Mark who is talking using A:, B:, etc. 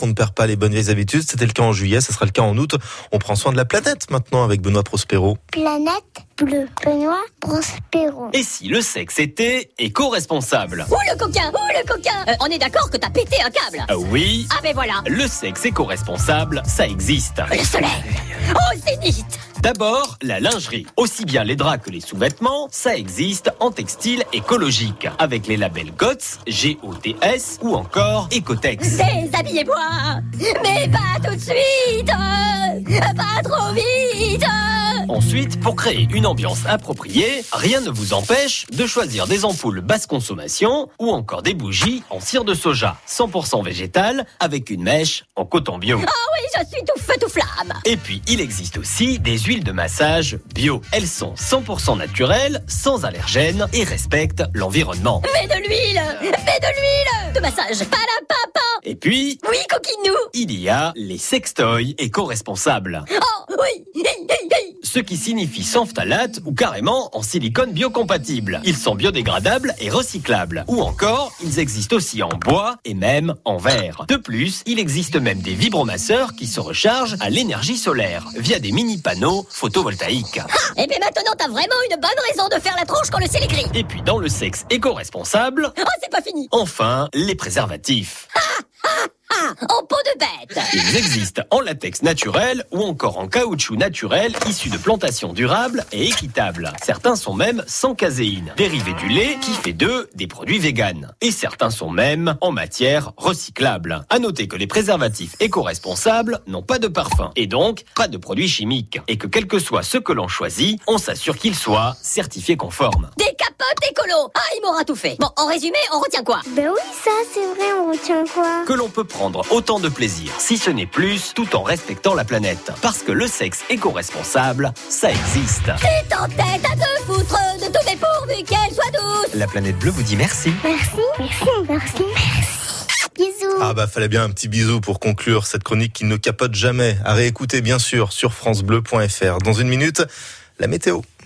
A: qu'on ne perd pas les bonnes vieilles habitudes. C'était le cas en juillet, ça sera le cas en août. On prend soin de la planète maintenant avec Benoît Prospero.
B: Planète bleue. Benoît Prospero.
C: Et si le sexe était éco-responsable
D: Ouh le coquin Ouh le coquin Euh, On est d'accord que t'as pété un câble
C: Ah oui,
D: Ah ben voilà
C: le sexe éco-responsable, ça existe.
D: Le soleil Oh zénith
C: D'abord, la lingerie. Aussi bien les draps que les sous-vêtements, ça existe en textile écologique, avec les labels GOTS, G-O-T-S ou encore Ecotex.
D: Déshabillez-moi Mais pas tout de suite euh, Pas trop vite euh.
C: Ensuite, pour créer une ambiance appropriée, rien ne vous empêche de choisir des ampoules basse consommation ou encore des bougies en cire de soja, 100% végétale, avec une mèche en coton bio.
D: Ah oui, je suis tout feu tout flamme
C: Et puis, il existe aussi des huiles de massage bio. Elles sont 100% naturelles, sans allergènes et respectent l'environnement.
D: Mets de l'huile Mets de l'huile De massage Pas la papa
C: Et puis,
D: Oui, coquinou
C: il y a les sextoys éco-responsables.
D: Oh oui Hi, hi, hi.
C: Ce qui signifie sans phtalate ou carrément en silicone biocompatible. Ils sont biodégradables et recyclables. Ou encore, ils existent aussi en bois et même en verre. De plus, il existe même des vibromasseurs qui se rechargent à l'énergie solaire via des mini-panneaux photovoltaïques.
D: Et puis Eh maintenant, t'as vraiment une bonne raison de faire la tronche quand le ciel est gris
C: Et puis dans le sexe éco-responsable,
D: Oh, c'est pas fini
C: enfin, les préservatifs.
D: Ah, en peau de bête
C: Ils existent en latex naturel ou encore en caoutchouc naturel issu de plantations durables et équitables. Certains sont même sans caséine, dérivé du lait qui fait d'eux des produits véganes. Et certains sont même en matière recyclable. À noter que les préservatifs éco-responsables n'ont pas de parfum et donc pas de produits chimiques. Et que quel que soit ce que l'on choisit, on s'assure qu'il soit certifié conforme.
D: Des capotes écolo Ah, il m'aura tout fait Bon, en résumé, on retient quoi
B: Ben oui, ça, c'est vrai, on retient quoi
C: que l'on peut prendre autant de plaisir, si ce n'est plus, tout en respectant la planète. Parce que le sexe éco-responsable, ça existe.
D: Tu t'entêtes à te foutre de tout dépourvu qu'elle soit douce
C: La planète bleue vous dit merci.
B: Merci, merci, merci, merci. Bisous.
A: Ah bah fallait bien un petit bisou pour conclure cette chronique qui ne capote jamais. À réécouter bien sûr sur francebleu.fr. Dans une minute, la météo.